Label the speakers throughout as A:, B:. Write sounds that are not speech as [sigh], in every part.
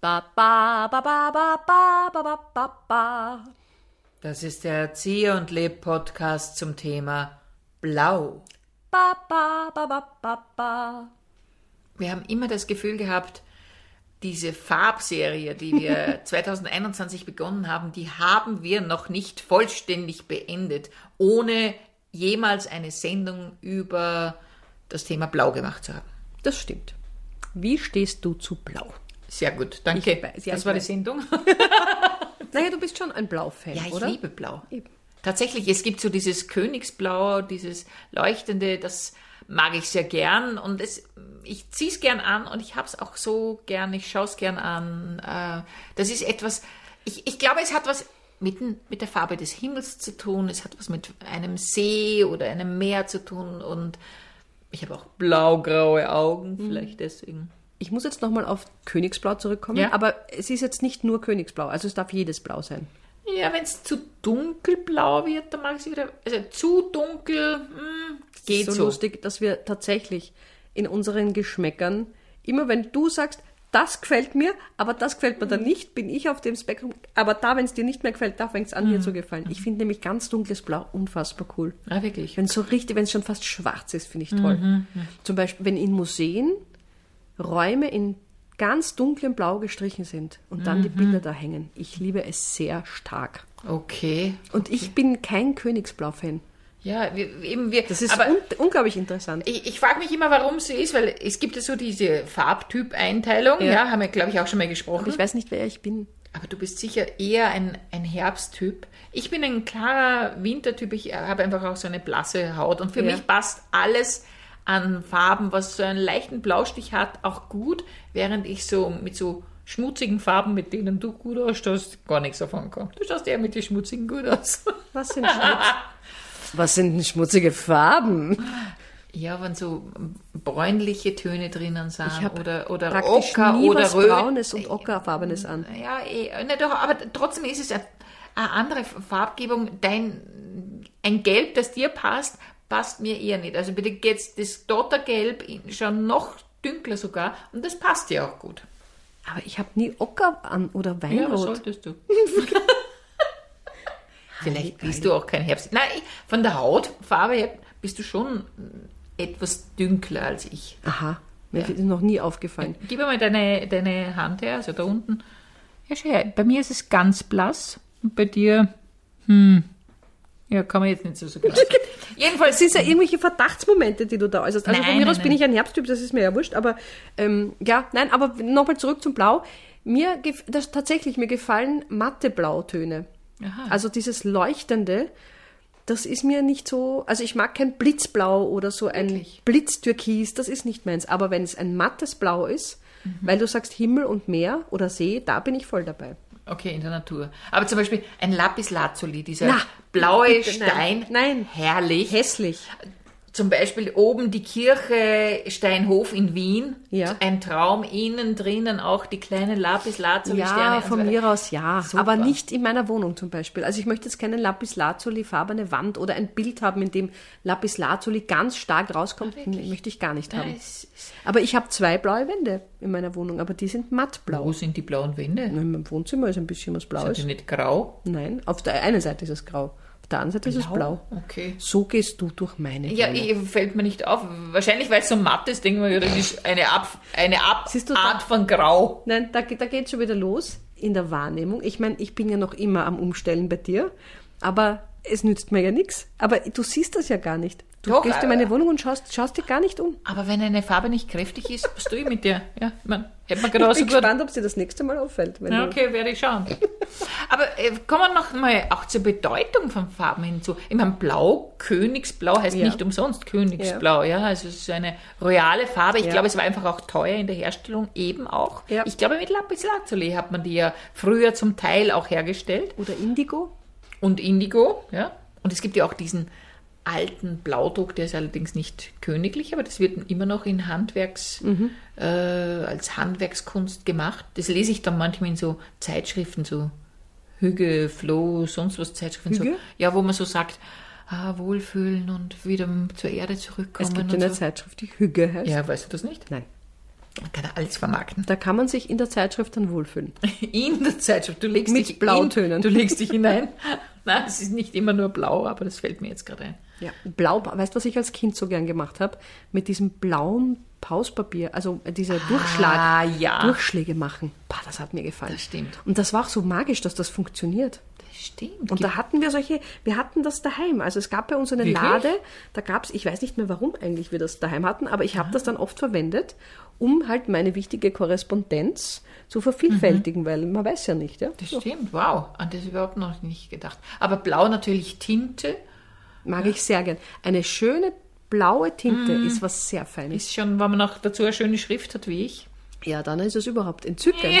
A: Ba, ba, ba, ba, ba, ba, ba, ba, ba, ba.
B: Das ist der Erzieh- und Leb-Podcast zum Thema Blau.
A: Ba, ba, ba, ba, ba, ba.
B: Wir haben immer das Gefühl gehabt, diese Farbserie, die [laughs] wir 2021 begonnen haben, die haben wir noch nicht vollständig beendet, ohne jemals eine Sendung über das Thema Blau gemacht zu haben.
A: Das stimmt. Wie stehst du zu Blau?
B: Sehr gut, danke.
A: Ich weiß, ja,
B: das
A: ich
B: war die
A: weiß.
B: Sendung.
A: Naja, du bist schon ein Blau-Fan,
B: Ja, ich
A: oder?
B: liebe Blau.
A: Eben.
B: Tatsächlich, es gibt so dieses Königsblau, dieses Leuchtende, das mag ich sehr gern und es, ich ziehe es gern an und ich hab's auch so gern, ich schaue es gern an. Äh, Das ist etwas, ich, ich glaube, es hat was mit, den- mit der Farbe des Himmels zu tun, es hat was mit einem See oder einem Meer zu tun und ich habe auch blaugraue Augen,
A: Mhm.
B: vielleicht deswegen.
A: Ich muss jetzt nochmal auf Königsblau zurückkommen,
B: Ja.
A: aber es ist jetzt nicht nur Königsblau, also es darf jedes Blau sein.
B: Ja, wenn es zu dunkelblau wird, dann mag ich es wieder. Also zu dunkel, hm, geht
A: so,
B: so.
A: lustig, dass wir tatsächlich in unseren Geschmäckern, immer wenn du sagst, das gefällt mir, aber das gefällt mir
B: Mhm.
A: dann nicht, bin ich auf dem Spektrum. Aber da, wenn es dir nicht mehr gefällt, da fängt es an,
B: Mhm.
A: mir zu gefallen. Ich finde nämlich ganz dunkles Blau unfassbar cool.
B: Ah, wirklich.
A: Wenn es so richtig, wenn es schon fast schwarz ist, finde ich toll.
B: Mhm,
A: Zum Beispiel, wenn in Museen Räume in ganz dunklem Blau gestrichen sind und dann die
B: Mhm.
A: Bilder da hängen. Ich liebe es sehr stark.
B: Okay.
A: Und ich bin kein Königsblau-Fan.
B: Ja, wir, eben wir.
A: Das ist
B: aber
A: un unglaublich interessant.
B: ich, ich frage mich immer, warum es so ist, weil es gibt ja so diese Farbtyp-Einteilung. Ja.
A: Ja.
B: haben wir, glaube ich, auch schon mal gesprochen.
A: Ich weiß nicht, wer ich bin.
B: aber du bist sicher eher ein, ein Herbsttyp. Ich bin ein klarer Wintertyp. Ich habe einfach auch so eine blasse Haut. Und für
A: Ja.
B: mich passt alles an Farben, was so einen leichten Blaustich hat, auch gut, während ich so mit so schmutzigen Farben, mit denen du gut ausschaust, gar nichts davon kommt. Du schaust eher mit den schmutzigen gut aus.
A: Was sind, Schmutz [laughs] Was sind denn schmutzige Farben?
B: Ja, wenn so bräunliche Töne drinnen sind
A: Ich hab
B: oder, oder
A: Praktisch
B: Ocker
A: nie
B: oder
A: was
B: Röt.
A: Braunes und Ockerfarbenes an.
B: Ja, eh, na doch, aber trotzdem ist es eine, eine andere Farbgebung. Dein, ein Gelb, das dir passt, passt mir eher nicht. Also bitte geht's das Dottergelb in- schon noch dünkler sogar und das passt dir auch gut.
A: Aber ich habe nie Ocker an oder
B: Ja, was
A: Weinrot. [laughs]
B: solltest du? Vielleicht bist du auch kein Herbst. Nein, ich- von der Hautfarbe her bist du schon etwas dünkler als ich.
A: Aha, mir ist noch nie aufgefallen.
B: Gib mir mal deine, deine Hand her, also da unten. Ja, schau her. Bei mir ist es ganz blass und bei dir, hm, ja, kann man jetzt nicht so, so
A: [laughs]
B: genau sagen. Jedenfalls
A: Das sind ja irgendwelche Verdachtsmomente, die du da äußerst. Also
B: Nein,
A: von mir
B: nein,
A: aus bin
B: nein.
A: ich ein Herbsttyp, das ist mir ja wurscht. Aber ähm, ja, nein, aber nochmal zurück zum Blau. Mir gef- das, tatsächlich, mir gefallen matte Blautöne.
B: Aha.
A: Also dieses Leuchtende, das ist mir nicht so. Also ich mag kein Blitzblau oder so ein
B: Wirklich?
A: Blitztürkis, das ist nicht meins. Aber wenn es ein mattes Blau ist,
B: Mhm.
A: weil du sagst Himmel und Meer oder See, da bin ich voll dabei.
B: Okay, in der Natur. Aber zum Beispiel ein Lapislazuli, dieser
A: Na,
B: blaue
A: bitte, nein.
B: Stein.
A: Nein.
B: Herrlich.
A: Hässlich.
B: Zum Beispiel oben die Kirche Steinhof in Wien.
A: Ja.
B: Ein Traum, innen drinnen auch die kleinen Lapislazuli-Sterne.
A: Ja,
B: und so
A: von
B: weiter.
A: mir aus ja.
B: Super.
A: Aber nicht in meiner Wohnung zum Beispiel. Also ich möchte jetzt keine Lapis-Lazuli-farbene Wand oder ein Bild haben, in dem Lapis-Lazuli ganz stark rauskommt.
B: Ah,
A: Nee, möchte ich gar nicht haben.
B: Es- es-
A: Aber ich habe zwei blaue Wände in meiner Wohnung, aber die sind mattblau.
B: Wo sind die blauen Wände?
A: In meinem Wohnzimmer ist ein bisschen was
B: Sind die
A: Blaues.
B: nicht grau?
A: Nein, auf der einen Seite ist es grau, auf der anderen Seite ist es blau.
B: Okay.
A: So gehst du durch meine
B: Ja,
A: Wohnung.
B: eh, fällt mir nicht auf. Wahrscheinlich, weil es so matt ist, denken wir, das ist eine, Ab, eine Ab
A: Siehst du, da-
B: Art von Grau.
A: Nein, da, geht- da geht schon wieder los in der Wahrnehmung. Ich meine, ich bin ja noch immer am Umstellen bei dir, aber es nützt mir ja nichts. Aber du siehst das ja gar nicht. Du
B: Doch, äh,
A: gehst
B: aber-
A: in meine Wohnung und schaust, schaust dir gar nicht um.
B: Aber wenn eine Farbe nicht kräftig ist, was tue ich mit dir? Ja, man, hätte man
A: Ich
B: genauso
A: bin
B: gut.
A: gespannt, ob sie das nächste Mal auffällt. Wenn
B: Ja,
A: du,
B: okay, werde ich [laughs] schauen. Aber äh, kommen wir noch mal auch zur Bedeutung von Farben hinzu. Ich meine, Blau, Königsblau heißt
A: Ja.
B: nicht umsonst Königsblau, ja. Also es ist eine royale Farbe. Ich
A: Ja.
B: glaube, es war einfach auch teuer in der Herstellung, eben auch.
A: Ja.
B: Ich glaube, mit Lapislazuli hat man die ja früher zum Teil auch hergestellt.
A: Oder Indigo.
B: und Indigo, ja. Und es gibt ja auch diesen alten Blaudruck, der ist allerdings nicht königlich, aber das wird immer noch in Handwerks,
A: Mhm.
B: äh, als Handwerkskunst gemacht. Das lese ich dann manchmal in so Zeitschriften, so Hüge, Floh, sonst was Zeitschriften. So,
A: Hüge?
B: ja, wo man so sagt, ah, wohlfühlen und wieder zur Erde zurückkommen.
A: Es gibt
B: und
A: eine
B: so.
A: Zeitschrift, die Hüge heißt.
B: Ja, weißt du das nicht?
A: Nein.
B: Man kann ja alles vermarkten. [laughs]
A: Da kann man sich in der Zeitschrift dann wohlfühlen.
B: In der Zeitschrift, du legst
A: Mit
B: dich
A: Blautönen.
B: In, du legst dich hinein. [laughs] Nein, es ist nicht immer nur blau, aber das fällt mir jetzt gerade ein.
A: Ja. Blau, weißt du, was ich als Kind so gern gemacht habe? Mit diesem blauen Pauspapier, also dieser Durchschlag,
B: Ah, ja.
A: Durchschläge machen. Bah, das hat mir gefallen.
B: Das stimmt.
A: Und das war auch so magisch, dass das funktioniert.
B: Das stimmt.
A: Und da hatten wir solche, wir hatten das daheim. Also es gab bei uns eine
B: Wirklich?
A: Lade, da gab es, ich weiß nicht mehr warum eigentlich wir das daheim hatten, aber ich habe
B: Ah.
A: das dann oft verwendet, um halt meine wichtige Korrespondenz zu vervielfältigen, weil man weiß ja nicht, ja.
B: Mhm. das stimmt, wow. An das überhaupt noch nicht gedacht. Aber blau natürlich Tinte
A: Mag ich sehr gern. Eine schöne blaue Tinte
B: Mhm.
A: ist was sehr Feines.
B: ist schon, wenn man noch dazu eine schöne Schrift hat wie ich.
A: Ja, dann ist es überhaupt
B: [laughs]
A: entzückend.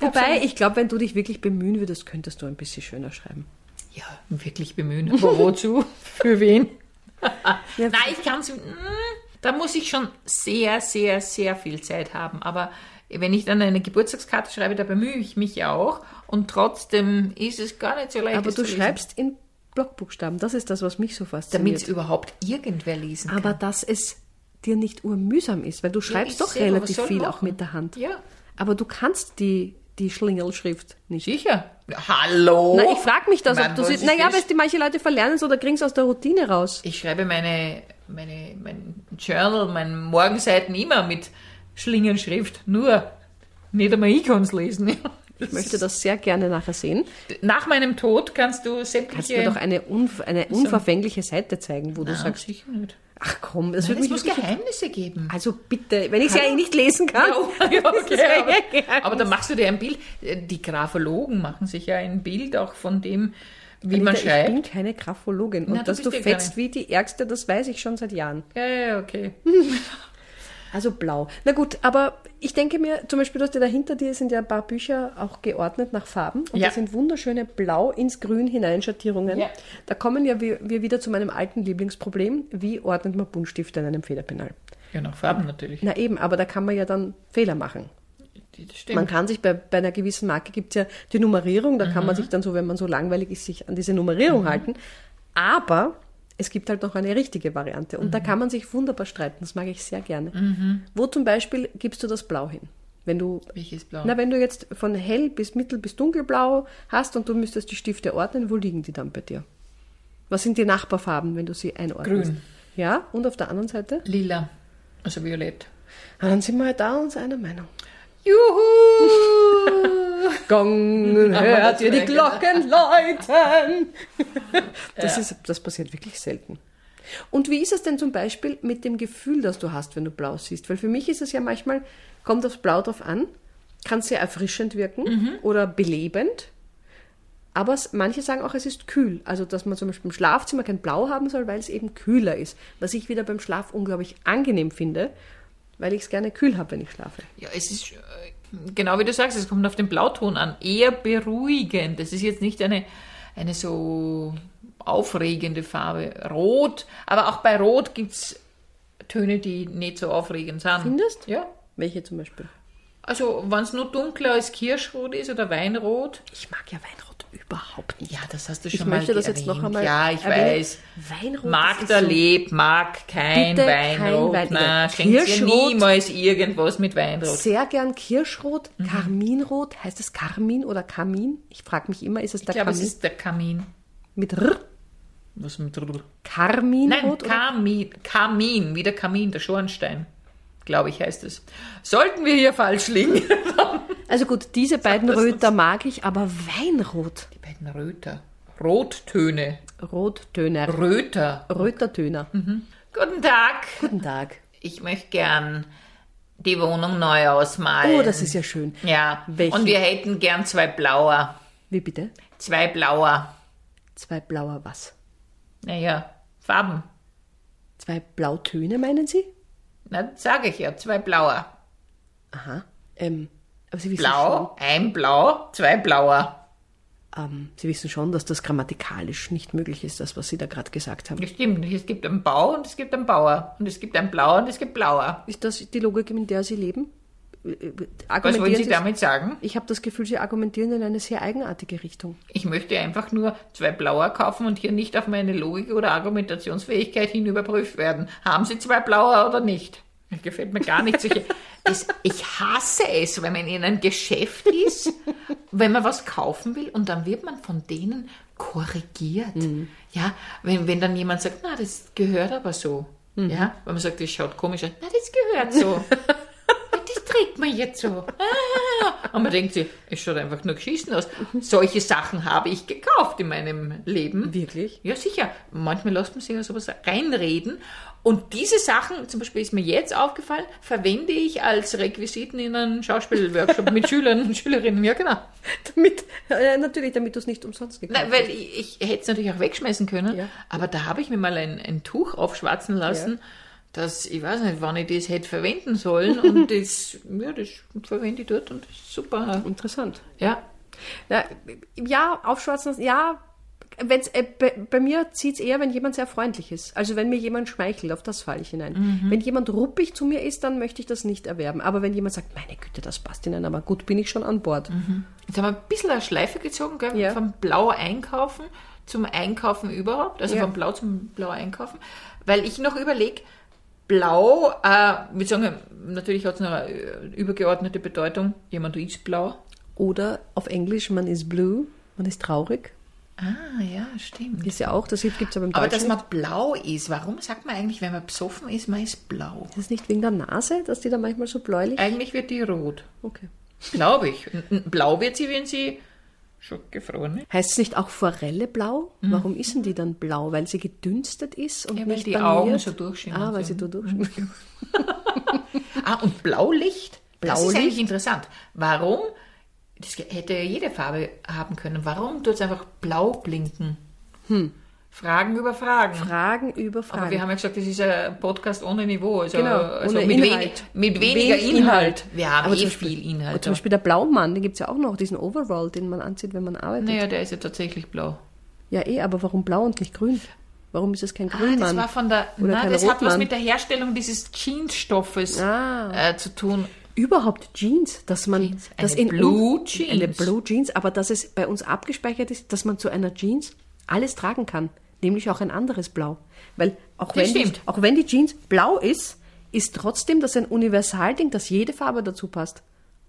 A: Wobei, ich glaube, wenn du dich wirklich bemühen würdest, könntest du ein bisschen schöner schreiben.
B: Ja, wirklich bemühen.
A: [laughs]
B: Aber wozu? Für wen? [laughs] Nein, ich kann es. Da muss ich schon sehr, sehr, sehr viel Zeit haben. Aber wenn ich dann eine Geburtstagskarte schreibe, da bemühe ich mich ja auch. Und trotzdem ist es gar nicht so leicht.
A: Aber
B: es
A: du
B: zu lesen.
A: schreibst in Blockbuchstaben. Das ist das, was mich so
B: damit es
A: fasziniert.
B: überhaupt irgendwer lesen
A: Aber
B: kann.
A: dass es dir nicht urmühsam ist, weil du schreibst
B: ich
A: doch
B: sehe, aber was
A: relativ
B: soll
A: viel
B: machen?
A: auch mit der Hand.
B: Ja,
A: Aber du kannst die, die Schlingelschrift nicht.
B: sicher. Hallo.
A: Na, ich frage mich das, ob
B: Mann,
A: du
B: was
A: sie.
B: ist
A: Naja,
B: das?
A: weil es die manche Leute verlernen es oder kriegen es aus der Routine raus.
B: Ich schreibe meine, meine, mein Journal, meine Morgenseiten immer mit Schlingenschrift. Nur, nicht einmal ich kann es [laughs] lesen.
A: Ich möchte das sehr gerne nachher sehen.
B: Nach meinem Tod kannst du
A: Kannst
B: sämtliche...
A: du mir doch eine, unver- eine unverfängliche Seite zeigen, wo du
B: Nein,
A: sagst,
B: sicher nicht.
A: ach komm, das
B: Ah. Nein,
A: würde
B: es
A: mich
B: muss
A: wirklich
B: Geheimnisse geben.
A: Also bitte, wenn ich es ja eh nicht lesen kann.
B: [laughs]
A: [laughs]
B: ja, okay,
A: ja
B: aber, aber dann machst du dir ein Bild. Äh, Die Graphologen machen sich ja ein Bild auch von dem, wie man
A: Anita, Ich
B: schreibt.
A: bin keine Graphologin. Und
B: Na, du
A: dass
B: bist
A: du
B: eh
A: fetzt wie die Ärgste, das weiß ich schon seit Jahren.
B: Ja, ja, okay.
A: Also blau. Na gut, aber ich denke mir, zum Beispiel, du hast ja dahinter dir sind ja ein paar Bücher auch geordnet nach Farben. Und
B: Ja.
A: das sind wunderschöne Blau ins Grün hineinschattierungen.
B: Ja.
A: Da kommen ja wir, wir wieder zu meinem alten Lieblingsproblem. Wie ordnet man Buntstifte in einem Federpenal?
B: Ja, nach Farben natürlich.
A: Na eben, aber da kann man ja dann Fehler machen.
B: Das
A: Man
B: stimmt.
A: kann sich bei, bei einer gewissen Marke gibt's ja die Nummerierung, da kann man
B: Mhm.
A: sich dann so, wenn man so langweilig ist, sich an diese Nummerierung halten. Aber es gibt halt noch eine richtige Variante und
B: Mhm.
A: da kann man sich wunderbar streiten, das mag ich sehr gerne. Wo zum Beispiel gibst du das Blau hin? Wenn du,
B: Welches Blau?
A: na, wenn du jetzt von hell bis mittel bis dunkelblau hast und du müsstest die Stifte ordnen, wo liegen die dann bei dir? Was sind die Nachbarfarben, wenn du sie einordnest?
B: Grün.
A: Ja, und auf der anderen Seite?
B: Lila, also violett.
A: Ah, Dann sind wir halt da uns einer Meinung.
B: Juhu!
A: [laughs] Gong, hört ihr die Glocken läuten. Das, ist, das passiert wirklich selten. Und wie ist es denn zum Beispiel mit dem Gefühl, das du hast, wenn du blau siehst? Weil für mich ist es ja manchmal, kommt aufs Blau drauf an, kann sehr erfrischend wirken oder belebend. Aber es, manche sagen auch, es ist kühl. Also, dass man zum Beispiel im Schlafzimmer kein Blau haben soll, weil es eben kühler ist. Was ich wieder beim Schlaf unglaublich angenehm finde, weil ich es gerne kühl habe, wenn ich schlafe.
B: ja, es ist äh, genau wie du sagst, es kommt auf den Blauton an. Eher beruhigend. Es ist jetzt nicht eine, eine so aufregende Farbe. Rot, aber auch bei Rot gibt es Töne, die nicht so aufregend sind.
A: Findest?
B: Ja.
A: Welche zum Beispiel?
B: Also, wenn es nur dunkler als Kirschrot ist oder Weinrot.
A: Ich mag ja Weinrot überhaupt nicht.
B: Ja, das hast du schon
A: Ich
B: mal
A: möchte das jetzt
B: erwähnt.
A: noch einmal.
B: Ja, ich
A: erwähnen.
B: weiß.
A: Weinrot das
B: Mag
A: ist
B: der
A: so-
B: Leb, mag kein
A: Bitte
B: Weinrot.
A: kein Wein-
B: Na,
A: Ja,
B: schenkt ihr
A: Kirschrot.
B: niemals irgendwas mit Weinrot.
A: Sehr gern Kirschrot,
B: Mhm.
A: Karminrot. Heißt es Karmin oder Kamin? Ich frage mich immer, ist es der
B: Ich glaube, es
A: Kamin?
B: ist der Kamin.
A: mit R?
B: Was mit R? Nein,
A: Karminrot? oder?
B: Kamin, Kamin, wie der Kamin, der Schornstein. Glaube ich, heißt es. Sollten wir hier
A: [laughs]
B: falsch liegen?
A: Also gut, diese beiden Röter mag ich, aber Weinrot.
B: Die beiden Röter. Rottöne.
A: Rottöner.
B: Röter.
A: Rötertöner.
B: Mhm. Guten Tag.
A: Guten Tag.
B: Ich möchte gern die Wohnung neu ausmalen.
A: Oh, das ist ja schön.
B: Ja,
A: Welche?
B: und wir hätten gern zwei Blauer.
A: Wie bitte?
B: Zwei Blauer.
A: Zwei blauer was?
B: Naja, Farben.
A: Zwei Blautöne, meinen Sie?
B: Na, sage ich ja, zwei Blauer.
A: Aha. Ähm, aber Sie wissen schon,
B: Blau, ein Blau, zwei Blauer.
A: Ähm, Sie wissen schon, dass das grammatikalisch nicht möglich ist, das, was Sie da gerade gesagt haben.
B: Das stimmt, es gibt einen Bau und es gibt einen Bauer. Und es gibt einen Blauer und es gibt Blauer.
A: Ist das die Logik, in der Sie leben? Äh, äh,
B: Was wollen
A: Argumentieren
B: Sie
A: Sie
B: damit sagen?
A: Ich habe das Gefühl, Sie argumentieren in eine sehr eigenartige Richtung.
B: Ich möchte einfach nur zwei Blauer kaufen und hier nicht auf meine Logik oder Argumentationsfähigkeit hin überprüft werden. Haben Sie zwei Blauer oder nicht? Gefällt mir gar nicht solche. [laughs] Das, ich hasse es, wenn man in einem Geschäft ist, wenn man was kaufen will und dann wird man von denen korrigiert. Ja, wenn, wenn dann jemand sagt, na, das gehört aber so. Ja, wenn man sagt, das schaut komisch aus, na, das gehört [laughs] so. Ja, das trägt man jetzt so. Ah. Und man denkt sich, es schaut einfach nur geschissen aus. Solche Sachen habe ich gekauft in meinem Leben.
A: Wirklich?
B: Ja, sicher. Manchmal lässt man sich ja sowas reinreden. Und diese Sachen, zum Beispiel ist mir jetzt aufgefallen, verwende ich als Requisiten in einem Schauspielworkshop mit Schülern und Schülerinnen. Ja, genau.
A: [laughs] Damit, äh, natürlich, damit du es nicht umsonst gekauft
B: Nein, weil ich, ich hätte es natürlich auch wegschmeißen können,
A: Ja.
B: aber da habe ich mir mal ein, ein Tuch aufschwatzen lassen, das, ich weiß nicht, wann ich das hätte verwenden sollen und das, ja, das verwende ich dort und das ist super.
A: hast. Interessant.
B: Ja,
A: Ja, ja aufschwatzen lassen, ja. Wenn's, äh, bei, bei mir zieht es eher, wenn jemand sehr freundlich ist. Also wenn mir jemand schmeichelt, auf das falle ich hinein. Wenn jemand ruppig zu mir ist, dann möchte ich das nicht erwerben. Aber wenn jemand sagt, meine Güte, das passt Ihnen aber gut, bin ich schon an Bord.
B: jetzt haben wir ein bisschen eine Schleife gezogen, gell?
A: Ja.
B: vom Blau einkaufen zum Einkaufen überhaupt, also
A: Ja.
B: vom Blau zum Blau einkaufen, weil ich noch überlege, Blau, äh, wir sagen, natürlich hat es noch eine äh, übergeordnete Bedeutung, jemand ist blau.
A: Oder auf Englisch, man ist blue, man ist traurig.
B: Ah, ja, stimmt.
A: Ist ja auch, das gibt es aber im
B: Aber
A: Deutschen.
B: dass man blau ist, warum sagt man eigentlich, wenn man besoffen ist, man ist blau?
A: ist das nicht wegen der Nase, dass die da manchmal so bläulich?
B: Eigentlich wird die rot,
A: Okay.
B: glaube ich. N- n- Blau wird sie, wenn sie schon gefroren ist.
A: Heißt es nicht auch Forelle blau? Warum ist denn die dann blau? Weil sie gedünstet ist und
B: Mhm. Ja, weil
A: nicht
B: die
A: paniert?
B: Augen so durchschimmern
A: Ah, weil sie
B: sind. Mhm.
A: da durchschimmern.
B: Ah, und Blaulicht? Das ist
A: Blaulicht?
B: eigentlich interessant. Warum? Das hätte ja jede Farbe haben können. Warum tut es einfach blau blinken? Hm. Fragen über
A: [laughs]
B: Fragen.
A: Fragen über Fragen.
B: Aber wir haben ja gesagt, das ist ein Podcast ohne Niveau. Also,
A: Genau,
B: also
A: ohne
B: mit,
A: Inhalt.
B: Wenig, mit weniger
A: Wenig
B: Inhalt.
A: Inhalt.
B: Wir haben
A: Aber
B: eh
A: zum Beispiel-
B: viel
A: Und
B: Inhalt.
A: zum
B: aber-
A: Beispiel der Blaumann, den gibt es ja auch noch, diesen Overall, den man anzieht, wenn man arbeitet.
B: Naja, der ist ja tatsächlich blau.
A: Ja, eh, aber warum blau und nicht grün? Warum ist es kein
B: Ah, das
A: Grünmann?
B: war von der.
A: Oder
B: Na,
A: kein
B: das hat was
A: Rotmann.
B: mit der Herstellung dieses Jeansstoffes
A: Ah.
B: äh, zu tun.
A: Überhaupt Jeans, dass man.
B: Jeans.
A: Dass
B: Eine
A: in
B: Blue
A: un-
B: Jeans.
A: Eine Blue Jeans, aber dass es bei uns abgespeichert ist, dass man zu einer Jeans alles tragen kann, nämlich auch ein anderes Blau. Weil auch, wenn die,
B: stimmt.
A: auch wenn die Jeans blau ist, ist trotzdem das ein Universalding, dass jede Farbe dazu passt.
B: Das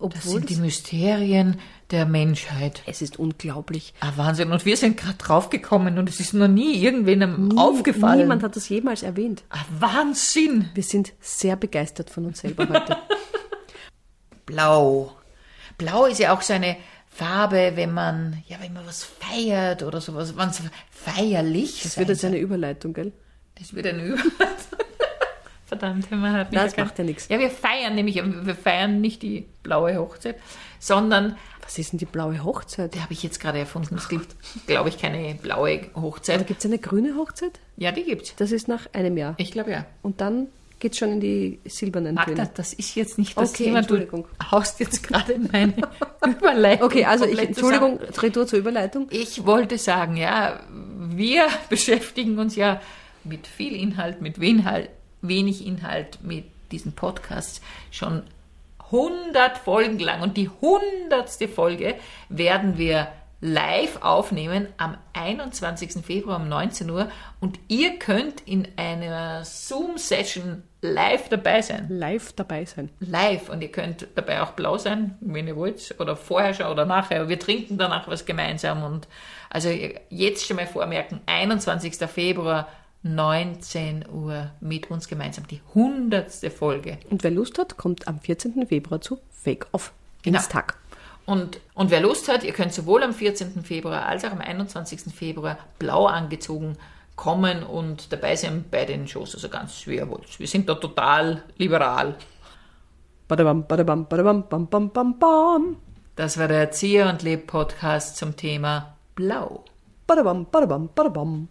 A: Obwohl
B: sind die
A: das
B: Mysterien der Menschheit.
A: es ist unglaublich.
B: Ah, Wahnsinn. Und wir sind gerade draufgekommen und es ist noch nie irgendwem aufgefallen.
A: Niemand hat das jemals erwähnt.
B: ah, Wahnsinn.
A: Wir sind sehr begeistert von uns selber [laughs] heute.
B: Blau. Blau ist ja auch so eine Farbe, wenn man, ja, wenn man was feiert oder sowas, wenn es feierlich
A: Das
B: sein
A: wird jetzt eine Überleitung, gell?
B: Das wird [laughs] eine Überleitung. Verdammt, man hat
A: Nein, das
B: erkannt.
A: macht ja nichts.
B: Ja, wir feiern nämlich, wir feiern nicht die blaue Hochzeit, sondern,
A: Was ist denn die blaue Hochzeit?
B: die habe ich jetzt gerade erfunden, es gibt, glaube ich, keine blaue
A: Da
B: Hochzeit.
A: gibt es eine grüne Hochzeit?
B: Ja, die gibt's.
A: Das ist nach einem Jahr.
B: Ich glaube ja.
A: Und dann geht es schon in die silbernen
B: Magda,
A: Töne.
B: das ist jetzt nicht das
A: ne? Okay,
B: Thema.
A: Entschuldigung.
B: Du haust jetzt gerade meine [laughs] Überleitung.
A: Okay, also ich,
B: komplett
A: Entschuldigung, Retour zur Überleitung.
B: Ich wollte sagen, ja, wir [laughs] beschäftigen uns ja mit viel Inhalt, mit wenhal- wenig Inhalt, mit diesen Podcasts schon 100 Folgen lang. Und die hundertste Folge werden wir live aufnehmen am 21. Februar um 19 Uhr. Und ihr könnt in einer Zoom-Session live dabei sein
A: Live dabei sein.
B: live und ihr könnt dabei auch blau sein, wenn ihr wollt, oder vorher schon oder nachher. Wir trinken danach was gemeinsam und also jetzt schon mal vormerken, 21. Februar, 19 Uhr mit uns gemeinsam, die hundertste Folge.
A: Und wer Lust hat, kommt am 14. Februar zu Fake Off
B: Genau.
A: ins Tag.
B: Und, und wer Lust hat, ihr könnt sowohl am 14. Februar als auch am 21. Februar blau angezogen kommen und dabei sein bei den Shows, also ganz wie ihr wollt. Wir sind da total liberal.
A: Badabam, badabam, badabam, bam, bam, bam, bam.
B: Das war der Erzieher und Leb Podcast zum Thema Blau.
A: Badabam, badabam, badabam.